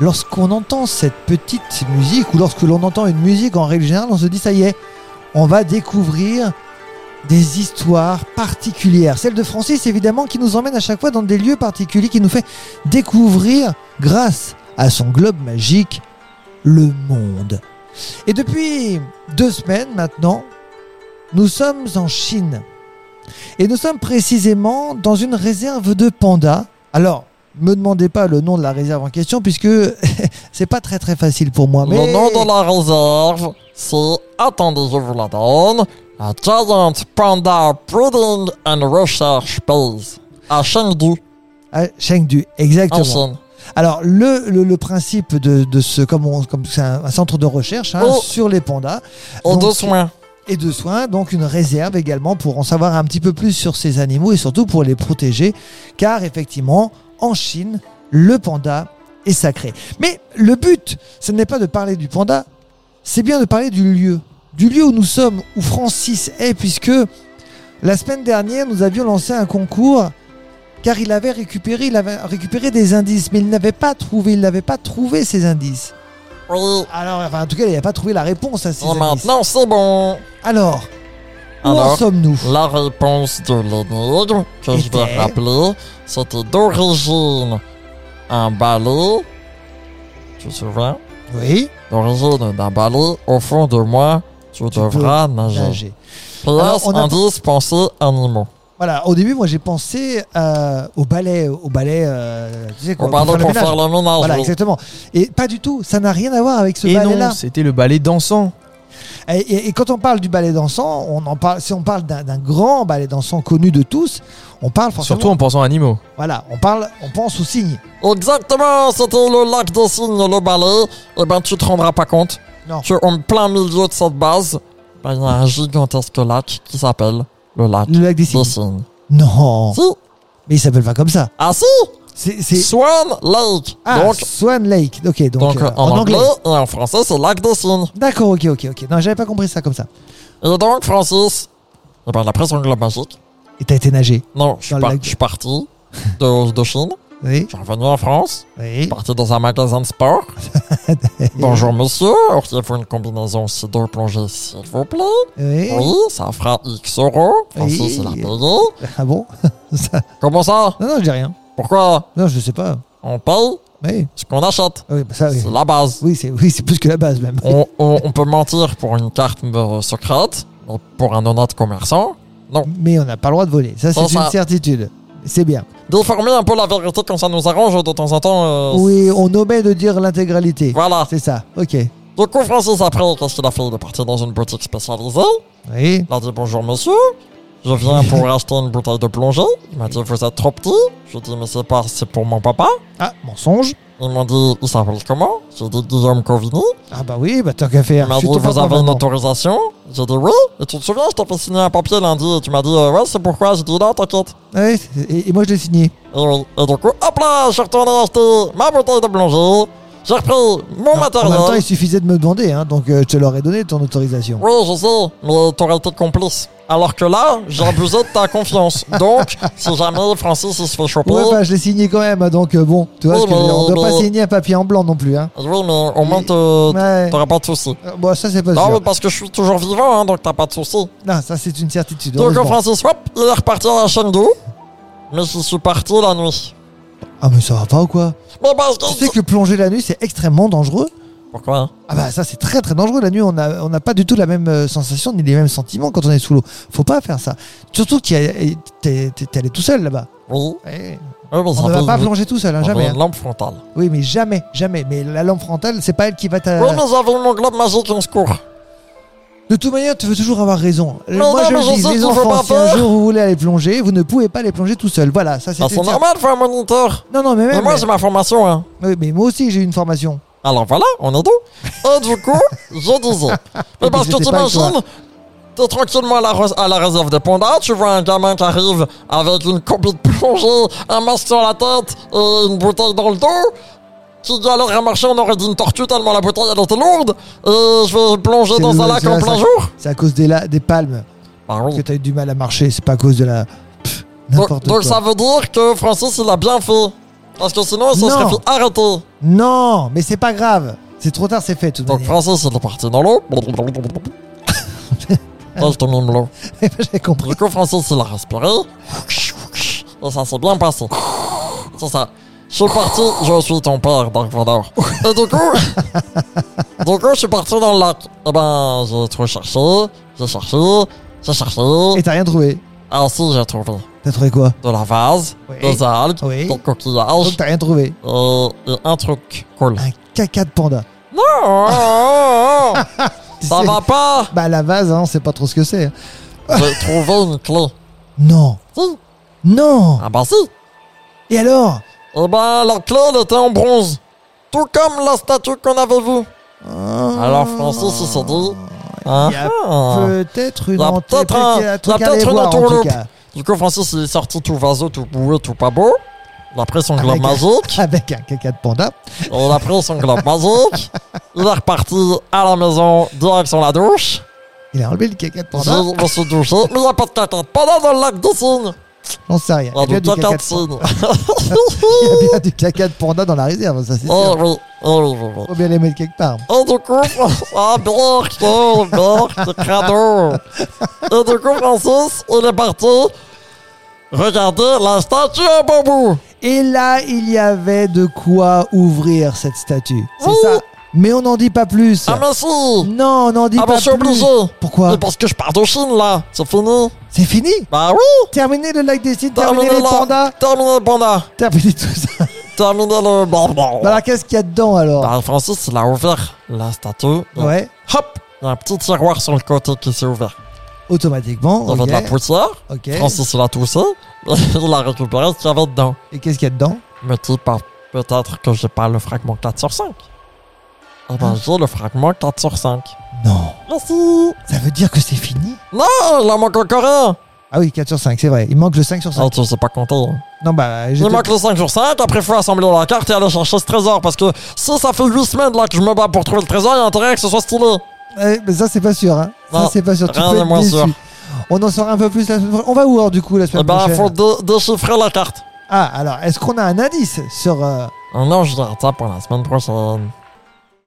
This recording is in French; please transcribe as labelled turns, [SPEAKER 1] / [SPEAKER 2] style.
[SPEAKER 1] lorsqu'on entend cette petite musique ou lorsque l'on entend une musique en règle générale, on se dit ça y est, on va découvrir des histoires particulières. Celle de Francis, évidemment, qui nous emmène à chaque fois dans des lieux particuliers, qui nous fait découvrir, grâce à son globe magique, le monde. Et depuis deux semaines maintenant, nous sommes en Chine. Et nous sommes précisément dans une réserve de pandas. Alors, me demandez pas le nom de la réserve en question puisque c'est pas très très facile pour moi. Mais
[SPEAKER 2] Le nom de la réserve, c'est attendez, je vous la donne. A Giant Panda Breeding and Research Base à Chengdu,
[SPEAKER 1] Ah, Chengdu,
[SPEAKER 2] en
[SPEAKER 1] exactement.
[SPEAKER 2] Chine.
[SPEAKER 1] Alors le, le, le principe de, de ce comme on- comme c'est un, un centre de recherche hein,
[SPEAKER 2] Oh.
[SPEAKER 1] sur les pandas
[SPEAKER 2] Aux
[SPEAKER 1] Donc,
[SPEAKER 2] deux soins.
[SPEAKER 1] et de soins, donc une réserve également pour en savoir un petit peu plus sur ces animaux et surtout pour les protéger, car effectivement, en Chine, le panda est sacré. Mais le but, ce n'est pas de parler du panda, c'est bien de parler du lieu, du lieu où nous sommes, où Francis est, puisque la semaine dernière, nous avions lancé un concours, car il avait récupéré, il avait récupéré des indices, mais il n'avait pas trouvé, il n'avait pas trouvé ces indices.
[SPEAKER 2] Oui.
[SPEAKER 1] Alors, enfin, en tout cas, il n'avait pas trouvé la réponse à ces
[SPEAKER 2] Et
[SPEAKER 1] indices.
[SPEAKER 2] maintenant, c'est bon.
[SPEAKER 1] Alors, où en
[SPEAKER 2] Alors,
[SPEAKER 1] sommes-nous
[SPEAKER 2] La réponse de l'énigme, que je
[SPEAKER 1] Était
[SPEAKER 2] vais rappeler, c'était d'origine un balai. Tu te souviens
[SPEAKER 1] Oui,
[SPEAKER 2] D'origine d'un balai, au fond de moi, tu,
[SPEAKER 1] Tu
[SPEAKER 2] devras nager.
[SPEAKER 1] nager. Alors,
[SPEAKER 2] Place,
[SPEAKER 1] on a-
[SPEAKER 2] indice, pensée, animaux.
[SPEAKER 1] Voilà, au début, moi j'ai pensé euh, au balai, au balai, euh, tu sais, quoi,
[SPEAKER 2] On parlait
[SPEAKER 1] le
[SPEAKER 2] Oh, pour
[SPEAKER 1] ménage.
[SPEAKER 2] faire le ménage.
[SPEAKER 1] Voilà,
[SPEAKER 2] oui.
[SPEAKER 1] exactement. Et pas du tout, ça n'a rien à voir avec ce
[SPEAKER 3] Et
[SPEAKER 1] balai-là.
[SPEAKER 3] non, c'était le ballet dansant.
[SPEAKER 1] Et, et- et quand on parle du balai dansant, on en parle, si on parle d'un d'un grand balai dansant connu de tous, on parle forcément.
[SPEAKER 3] Surtout en pensant animaux.
[SPEAKER 1] Voilà, on parle, on pense aux cygnes.
[SPEAKER 2] Exactement, c'était le lac de Cygne, le balai. Eh ben, tu te rendras pas compte.
[SPEAKER 1] Non.
[SPEAKER 2] Tu es en plein milieu de cette base. Ben, il y a un gigantesque lac qui s'appelle le lac
[SPEAKER 1] Le lac des
[SPEAKER 2] de
[SPEAKER 1] cygnes.
[SPEAKER 2] Cygne.
[SPEAKER 1] Non,
[SPEAKER 2] Si,
[SPEAKER 1] mais il s'appelle pas comme ça.
[SPEAKER 2] ah si,
[SPEAKER 1] C'est c'est-
[SPEAKER 2] Swan Lake.
[SPEAKER 1] ah,
[SPEAKER 2] donc,
[SPEAKER 1] Swan Lake. Ok, donc,
[SPEAKER 2] donc,
[SPEAKER 1] euh,
[SPEAKER 2] en, anglais, et en français, c'est lac de Cygne.
[SPEAKER 1] D'accord, ok, ok, ok. Non, j'avais pas compris ça comme ça.
[SPEAKER 2] Et donc, Francis, eh ben, d'après son globe magique,
[SPEAKER 1] Et t'as été nager.
[SPEAKER 2] non, je suis
[SPEAKER 1] Dans le
[SPEAKER 2] par-
[SPEAKER 1] lac.
[SPEAKER 2] je suis parti de, de Chine.
[SPEAKER 1] Oui,
[SPEAKER 2] Je suis revenu en France.
[SPEAKER 1] oui.
[SPEAKER 2] parti dans un magasin de sport. Bonjour monsieur, auriez-vous une combinaison aussi de plongée s'il vous plaît
[SPEAKER 1] Eh oui.
[SPEAKER 2] Oui, ça fera X euros. Francis,
[SPEAKER 1] Oui.
[SPEAKER 2] il a payé.
[SPEAKER 1] Ah bon Ça-
[SPEAKER 2] Comment ça
[SPEAKER 1] Non, non, je dis rien.
[SPEAKER 2] Pourquoi
[SPEAKER 1] Non, je sais pas.
[SPEAKER 2] On paye
[SPEAKER 1] Oui,
[SPEAKER 2] ce qu'on achète.
[SPEAKER 1] oui, bah ça, oui.
[SPEAKER 2] C'est la base.
[SPEAKER 1] Oui, c'est oui, c'est plus que la base même.
[SPEAKER 2] On, on- on peut mentir pour une carte euh, secrète, mais pour un honnête commerçant.
[SPEAKER 1] Mais on n'a pas le droit de voler. Ça, c'est
[SPEAKER 2] Bon, ça-
[SPEAKER 1] une certitude. C'est bien.
[SPEAKER 2] Déformer un peu la vérité quand ça nous arrange de temps en temps. euh,
[SPEAKER 1] Oui, on omet de dire l'intégralité.
[SPEAKER 2] Voilà.
[SPEAKER 1] C'est ça. Ok.
[SPEAKER 2] Du coup, Francis, après, qu'est-ce qu'il a fait Il est parti dans une boutique spécialisée.
[SPEAKER 1] Oui.
[SPEAKER 2] Il a dit Bah, bonjour monsieur, je viens pour acheter une bouteille de plongée. Il m'a dit vous êtes trop petit. Je dis mais c'est pas c'est pour mon papa.
[SPEAKER 1] Ah, mensonge.
[SPEAKER 2] Ils m'ont dit il s'appelle comment J'ai dit Guillaume Covini.
[SPEAKER 1] Ah bah oui, bah tant qu'à
[SPEAKER 2] Il
[SPEAKER 1] faire.
[SPEAKER 2] m'a
[SPEAKER 1] Je suis
[SPEAKER 2] dit
[SPEAKER 1] tout
[SPEAKER 2] vous
[SPEAKER 1] content
[SPEAKER 2] avez une
[SPEAKER 1] maintenant.
[SPEAKER 2] autorisation. J'ai dit oui. Et tu te souviens je t'ai fait signer un papier lundi et tu m'as dit euh, ouais c'est pourquoi. J'ai dit non t'inquiète.
[SPEAKER 1] Oui, et, et moi je l'ai signé.
[SPEAKER 2] Et, oui. Et du coup hop là je suis retourné acheter ma bouteille de plongée. J'ai repris mon
[SPEAKER 1] En même temps, il
[SPEAKER 2] matériel.
[SPEAKER 1] suffisait de me demander, hein, donc euh, je te l'aurais donné ton autorisation.
[SPEAKER 2] Oui, je sais, mais t'aurais été complice. Alors que là, j'ai abusé de ta confiance. Donc, si jamais Francis il se fait choper,
[SPEAKER 1] Ouais, bah je l'ai signé quand même, donc euh, bon, tu vois,
[SPEAKER 2] Oui,
[SPEAKER 1] ce que je veux dire, on ne
[SPEAKER 2] mais-
[SPEAKER 1] doit pas
[SPEAKER 2] mais-
[SPEAKER 1] signer un papier en blanc non plus. Hein.
[SPEAKER 2] Oui, mais au moins, te-
[SPEAKER 1] Ouais.
[SPEAKER 2] t'auras pas de soucis.
[SPEAKER 1] Euh, Bon, ça c'est pas
[SPEAKER 2] Non, mais
[SPEAKER 1] sûr.
[SPEAKER 2] parce que je suis toujours vivant, hein, donc t'as pas de soucis.
[SPEAKER 1] Non, ça c'est une certitude.
[SPEAKER 2] Donc,
[SPEAKER 1] heureusement.
[SPEAKER 2] Francis, hop, il est reparti à Chengdu. Mais je suis parti la nuit.
[SPEAKER 1] Ah mais ça va pas ou quoi
[SPEAKER 2] Mais parce que.
[SPEAKER 1] Tu sais que plonger la nuit c'est extrêmement dangereux.
[SPEAKER 2] Pourquoi hein?
[SPEAKER 1] Ah bah ça c'est très très dangereux la nuit on a- on n'a pas du tout la même euh, sensation ni les mêmes sentiments quand on est sous l'eau faut pas faire ça surtout qu'il y a- et t'es t'es- t'es allé tout seul là-bas
[SPEAKER 2] Oui.
[SPEAKER 1] Eh,
[SPEAKER 2] Oui, mais
[SPEAKER 1] on ne
[SPEAKER 2] avait
[SPEAKER 1] va pas
[SPEAKER 2] une-
[SPEAKER 1] plonger tout seul hein,
[SPEAKER 2] on avait
[SPEAKER 1] jamais
[SPEAKER 2] une
[SPEAKER 1] hein.
[SPEAKER 2] lampe frontale.
[SPEAKER 1] oui mais jamais jamais mais la lampe frontale c'est pas elle qui va t'a
[SPEAKER 2] Oui, mais j'avais mon globe magique en secours.
[SPEAKER 1] de toute manière tu veux toujours avoir raison Euh,
[SPEAKER 2] Non,
[SPEAKER 1] moi
[SPEAKER 2] non,
[SPEAKER 1] je
[SPEAKER 2] mais
[SPEAKER 1] le
[SPEAKER 2] j'en
[SPEAKER 1] dis
[SPEAKER 2] sais
[SPEAKER 1] les
[SPEAKER 2] qu'on veut
[SPEAKER 1] enfants
[SPEAKER 2] pas
[SPEAKER 1] si un
[SPEAKER 2] faire.
[SPEAKER 1] jour vous voulez aller plonger vous ne pouvez pas les plonger tout seul voilà ça c'est
[SPEAKER 2] Ah,
[SPEAKER 1] une
[SPEAKER 2] c'est
[SPEAKER 1] cer-
[SPEAKER 2] normal, faut un moniteur.
[SPEAKER 1] non non mais
[SPEAKER 2] Mais
[SPEAKER 1] même
[SPEAKER 2] moi, j'ai ma formation, hein.
[SPEAKER 1] oui, mais moi aussi j'ai une formation
[SPEAKER 2] Alors voilà, on est deux. Et du coup, je disais. Mais parce
[SPEAKER 1] je
[SPEAKER 2] que
[SPEAKER 1] sais pas,
[SPEAKER 2] t'imagines, t'es tranquillement à la, res- à la réserve des pandas, tu vois un gamin qui arrive avec une copie de plongée, un masque sur la tête et une bouteille dans le dos. Qui galère à marcher, on aurait dit une tortue tellement la bouteille elle était lourde. Et je vais plonger
[SPEAKER 1] C'est
[SPEAKER 2] dans un
[SPEAKER 1] le-
[SPEAKER 2] lac
[SPEAKER 1] c'est
[SPEAKER 2] en
[SPEAKER 1] la
[SPEAKER 2] plein
[SPEAKER 1] sac-
[SPEAKER 2] jour.
[SPEAKER 1] c'est à cause des, la- des palmes
[SPEAKER 2] Bah
[SPEAKER 1] que
[SPEAKER 2] oui.
[SPEAKER 1] t'as eu du mal à marcher c'est pas à cause de la Pff,
[SPEAKER 2] Donc,
[SPEAKER 1] n'importe quoi
[SPEAKER 2] donc ça veut dire que Francis il a bien fait Parce que sinon, ça
[SPEAKER 1] Non.
[SPEAKER 2] serait fait arrêter.
[SPEAKER 1] Non, mais c'est pas grave. C'est trop tard, c'est fait tout de
[SPEAKER 2] Donc
[SPEAKER 1] toute manière.
[SPEAKER 2] Francis, il est parti dans l'eau. Là, je te mime l'eau.
[SPEAKER 1] J'ai compris.
[SPEAKER 2] Du coup, Francis, il a respiré. Et ça s'est bien passé. C'est ça. Je suis parti, je suis ton père, Dark Vador. Et du coup, du coup, je suis parti dans le lac. Et ben, j'ai trop cherché, j'ai cherché, j'ai cherché.
[SPEAKER 1] Et t'as rien trouvé.
[SPEAKER 2] Ah si, j'ai trouvé
[SPEAKER 1] T'as trouvé quoi
[SPEAKER 2] de la vase,
[SPEAKER 1] Oui.
[SPEAKER 2] des algues,
[SPEAKER 1] Oui.
[SPEAKER 2] des
[SPEAKER 1] Donc
[SPEAKER 2] coquillages
[SPEAKER 1] t'as Ah. rien trouvé.
[SPEAKER 2] et, et un truc cool.
[SPEAKER 1] Un caca de panda.
[SPEAKER 2] Non, ça
[SPEAKER 1] C'est-
[SPEAKER 2] va pas.
[SPEAKER 1] Bah la vase, hein, on sait pas trop ce que c'est.
[SPEAKER 2] J'ai trouvé une clé.
[SPEAKER 1] Non.
[SPEAKER 2] Si.
[SPEAKER 1] Non.
[SPEAKER 2] Ah bah si.
[SPEAKER 1] Et alors
[SPEAKER 2] Eh ben, la clé, elle était en bronze. Tout comme la statue qu'on avait vue. Alors, Francis, il s'est dit.
[SPEAKER 1] Ah.
[SPEAKER 2] Ah,
[SPEAKER 1] y a
[SPEAKER 2] ah.
[SPEAKER 1] Peut-être une
[SPEAKER 2] Il y a
[SPEAKER 1] entrée.
[SPEAKER 2] peut-être un-
[SPEAKER 1] Peut-être un truc
[SPEAKER 2] il y a
[SPEAKER 1] à aller
[SPEAKER 2] peut-être une
[SPEAKER 1] voir, en tout
[SPEAKER 2] entourloupe.
[SPEAKER 1] cas.
[SPEAKER 2] Du coup, Francis, il est sorti tout vaseux, tout boueux, tout pas beau. Il a pris son globe
[SPEAKER 1] Avec un-
[SPEAKER 2] magique.
[SPEAKER 1] Avec un caca de panda.
[SPEAKER 2] il a pris son globe magique. Il est reparti à la maison, direction la douche.
[SPEAKER 1] Il a enlevé le caca de panda.
[SPEAKER 2] Je me suis douché, mais il n'y a pas de caca de panda dans le lac des cygnes.
[SPEAKER 1] J'en sais rien.
[SPEAKER 2] Il y a
[SPEAKER 1] Il y a
[SPEAKER 2] du
[SPEAKER 1] du
[SPEAKER 2] caca
[SPEAKER 1] caca
[SPEAKER 2] de
[SPEAKER 1] de-
[SPEAKER 2] cygne.
[SPEAKER 1] il y a bien du caca de panda dans la réserve, ça c'est
[SPEAKER 2] Oh
[SPEAKER 1] sûr.
[SPEAKER 2] oui, oh oui, oui, oui.
[SPEAKER 1] Faut bien les mettre quelque part.
[SPEAKER 2] Et du coup, ah, Birk, oh, Birk, c'est crado. Et du coup, Francis, il est parti. Regardez la statue à Bobo.
[SPEAKER 1] Et là, il y avait de quoi ouvrir cette statue. C'est
[SPEAKER 2] Oui.
[SPEAKER 1] ça. Mais on n'en dit pas plus.
[SPEAKER 2] Oh Ah, mais si.
[SPEAKER 1] Non, on n'en dit
[SPEAKER 2] Ah, ben,
[SPEAKER 1] pas
[SPEAKER 2] je suis
[SPEAKER 1] plus.
[SPEAKER 2] obligé.
[SPEAKER 1] Pourquoi
[SPEAKER 2] Mais parce que je pars de Chine, là. C'est fini.
[SPEAKER 1] C'est fini.
[SPEAKER 2] Bah oui.
[SPEAKER 1] Terminé le lac des sites, terminé les
[SPEAKER 2] la-
[SPEAKER 1] pandas,
[SPEAKER 2] Terminé le panda.
[SPEAKER 1] terminé tout ça.
[SPEAKER 2] Terminé le.
[SPEAKER 1] Bah alors, qu'est-ce qu'il y a dedans alors
[SPEAKER 2] Bah, Francis, il a ouvert la statue.
[SPEAKER 1] Ouais,
[SPEAKER 2] Hop. Il y a un petit tiroir sur le côté qui s'est ouvert.
[SPEAKER 1] automatiquement.
[SPEAKER 2] Il y avait
[SPEAKER 1] Ok.
[SPEAKER 2] de la poussière.
[SPEAKER 1] ok.
[SPEAKER 2] Francis, il a toussé. Il a récupéré ce qu'il y avait dedans.
[SPEAKER 1] Et qu'est-ce qu'il y a dedans
[SPEAKER 2] me dit par- peut-être que j'ai pas le fragment 4 sur 5. Ah ben, j'ai le fragment 4 sur 5.
[SPEAKER 1] Non.
[SPEAKER 2] Merci
[SPEAKER 1] Ça veut dire que c'est fini
[SPEAKER 2] Ah, il en manque encore un
[SPEAKER 1] Ah oui, 4 sur 5, c'est vrai. Il manque le 5 sur 5.
[SPEAKER 2] Ah, tu sais pas compter. hein.
[SPEAKER 1] Non, bah, je
[SPEAKER 2] Il
[SPEAKER 1] te-
[SPEAKER 2] manque le 5 sur 5, après il faut assembler la carte et aller chercher ce trésor, parce que si ça fait 8 semaines là que je me bats pour trouver le trésor, il y a intérêt que ce soit stylé.
[SPEAKER 1] Ouais, mais ça, c'est pas sûr. Hein. Ça,
[SPEAKER 2] Non,
[SPEAKER 1] c'est pas sûr. Tu
[SPEAKER 2] rien
[SPEAKER 1] peux
[SPEAKER 2] n'est
[SPEAKER 1] être
[SPEAKER 2] moins
[SPEAKER 1] déçu.
[SPEAKER 2] sûr.
[SPEAKER 1] On en saura un peu plus la semaine prochaine. On va où alors, du coup, la
[SPEAKER 2] Eh
[SPEAKER 1] semaine
[SPEAKER 2] ben,
[SPEAKER 1] prochaine
[SPEAKER 2] faut dé- déchiffrer la carte.
[SPEAKER 1] Ah, alors, est-ce qu'on a un indice sur. euh,
[SPEAKER 2] Ah non, je garde ça pour la semaine prochaine.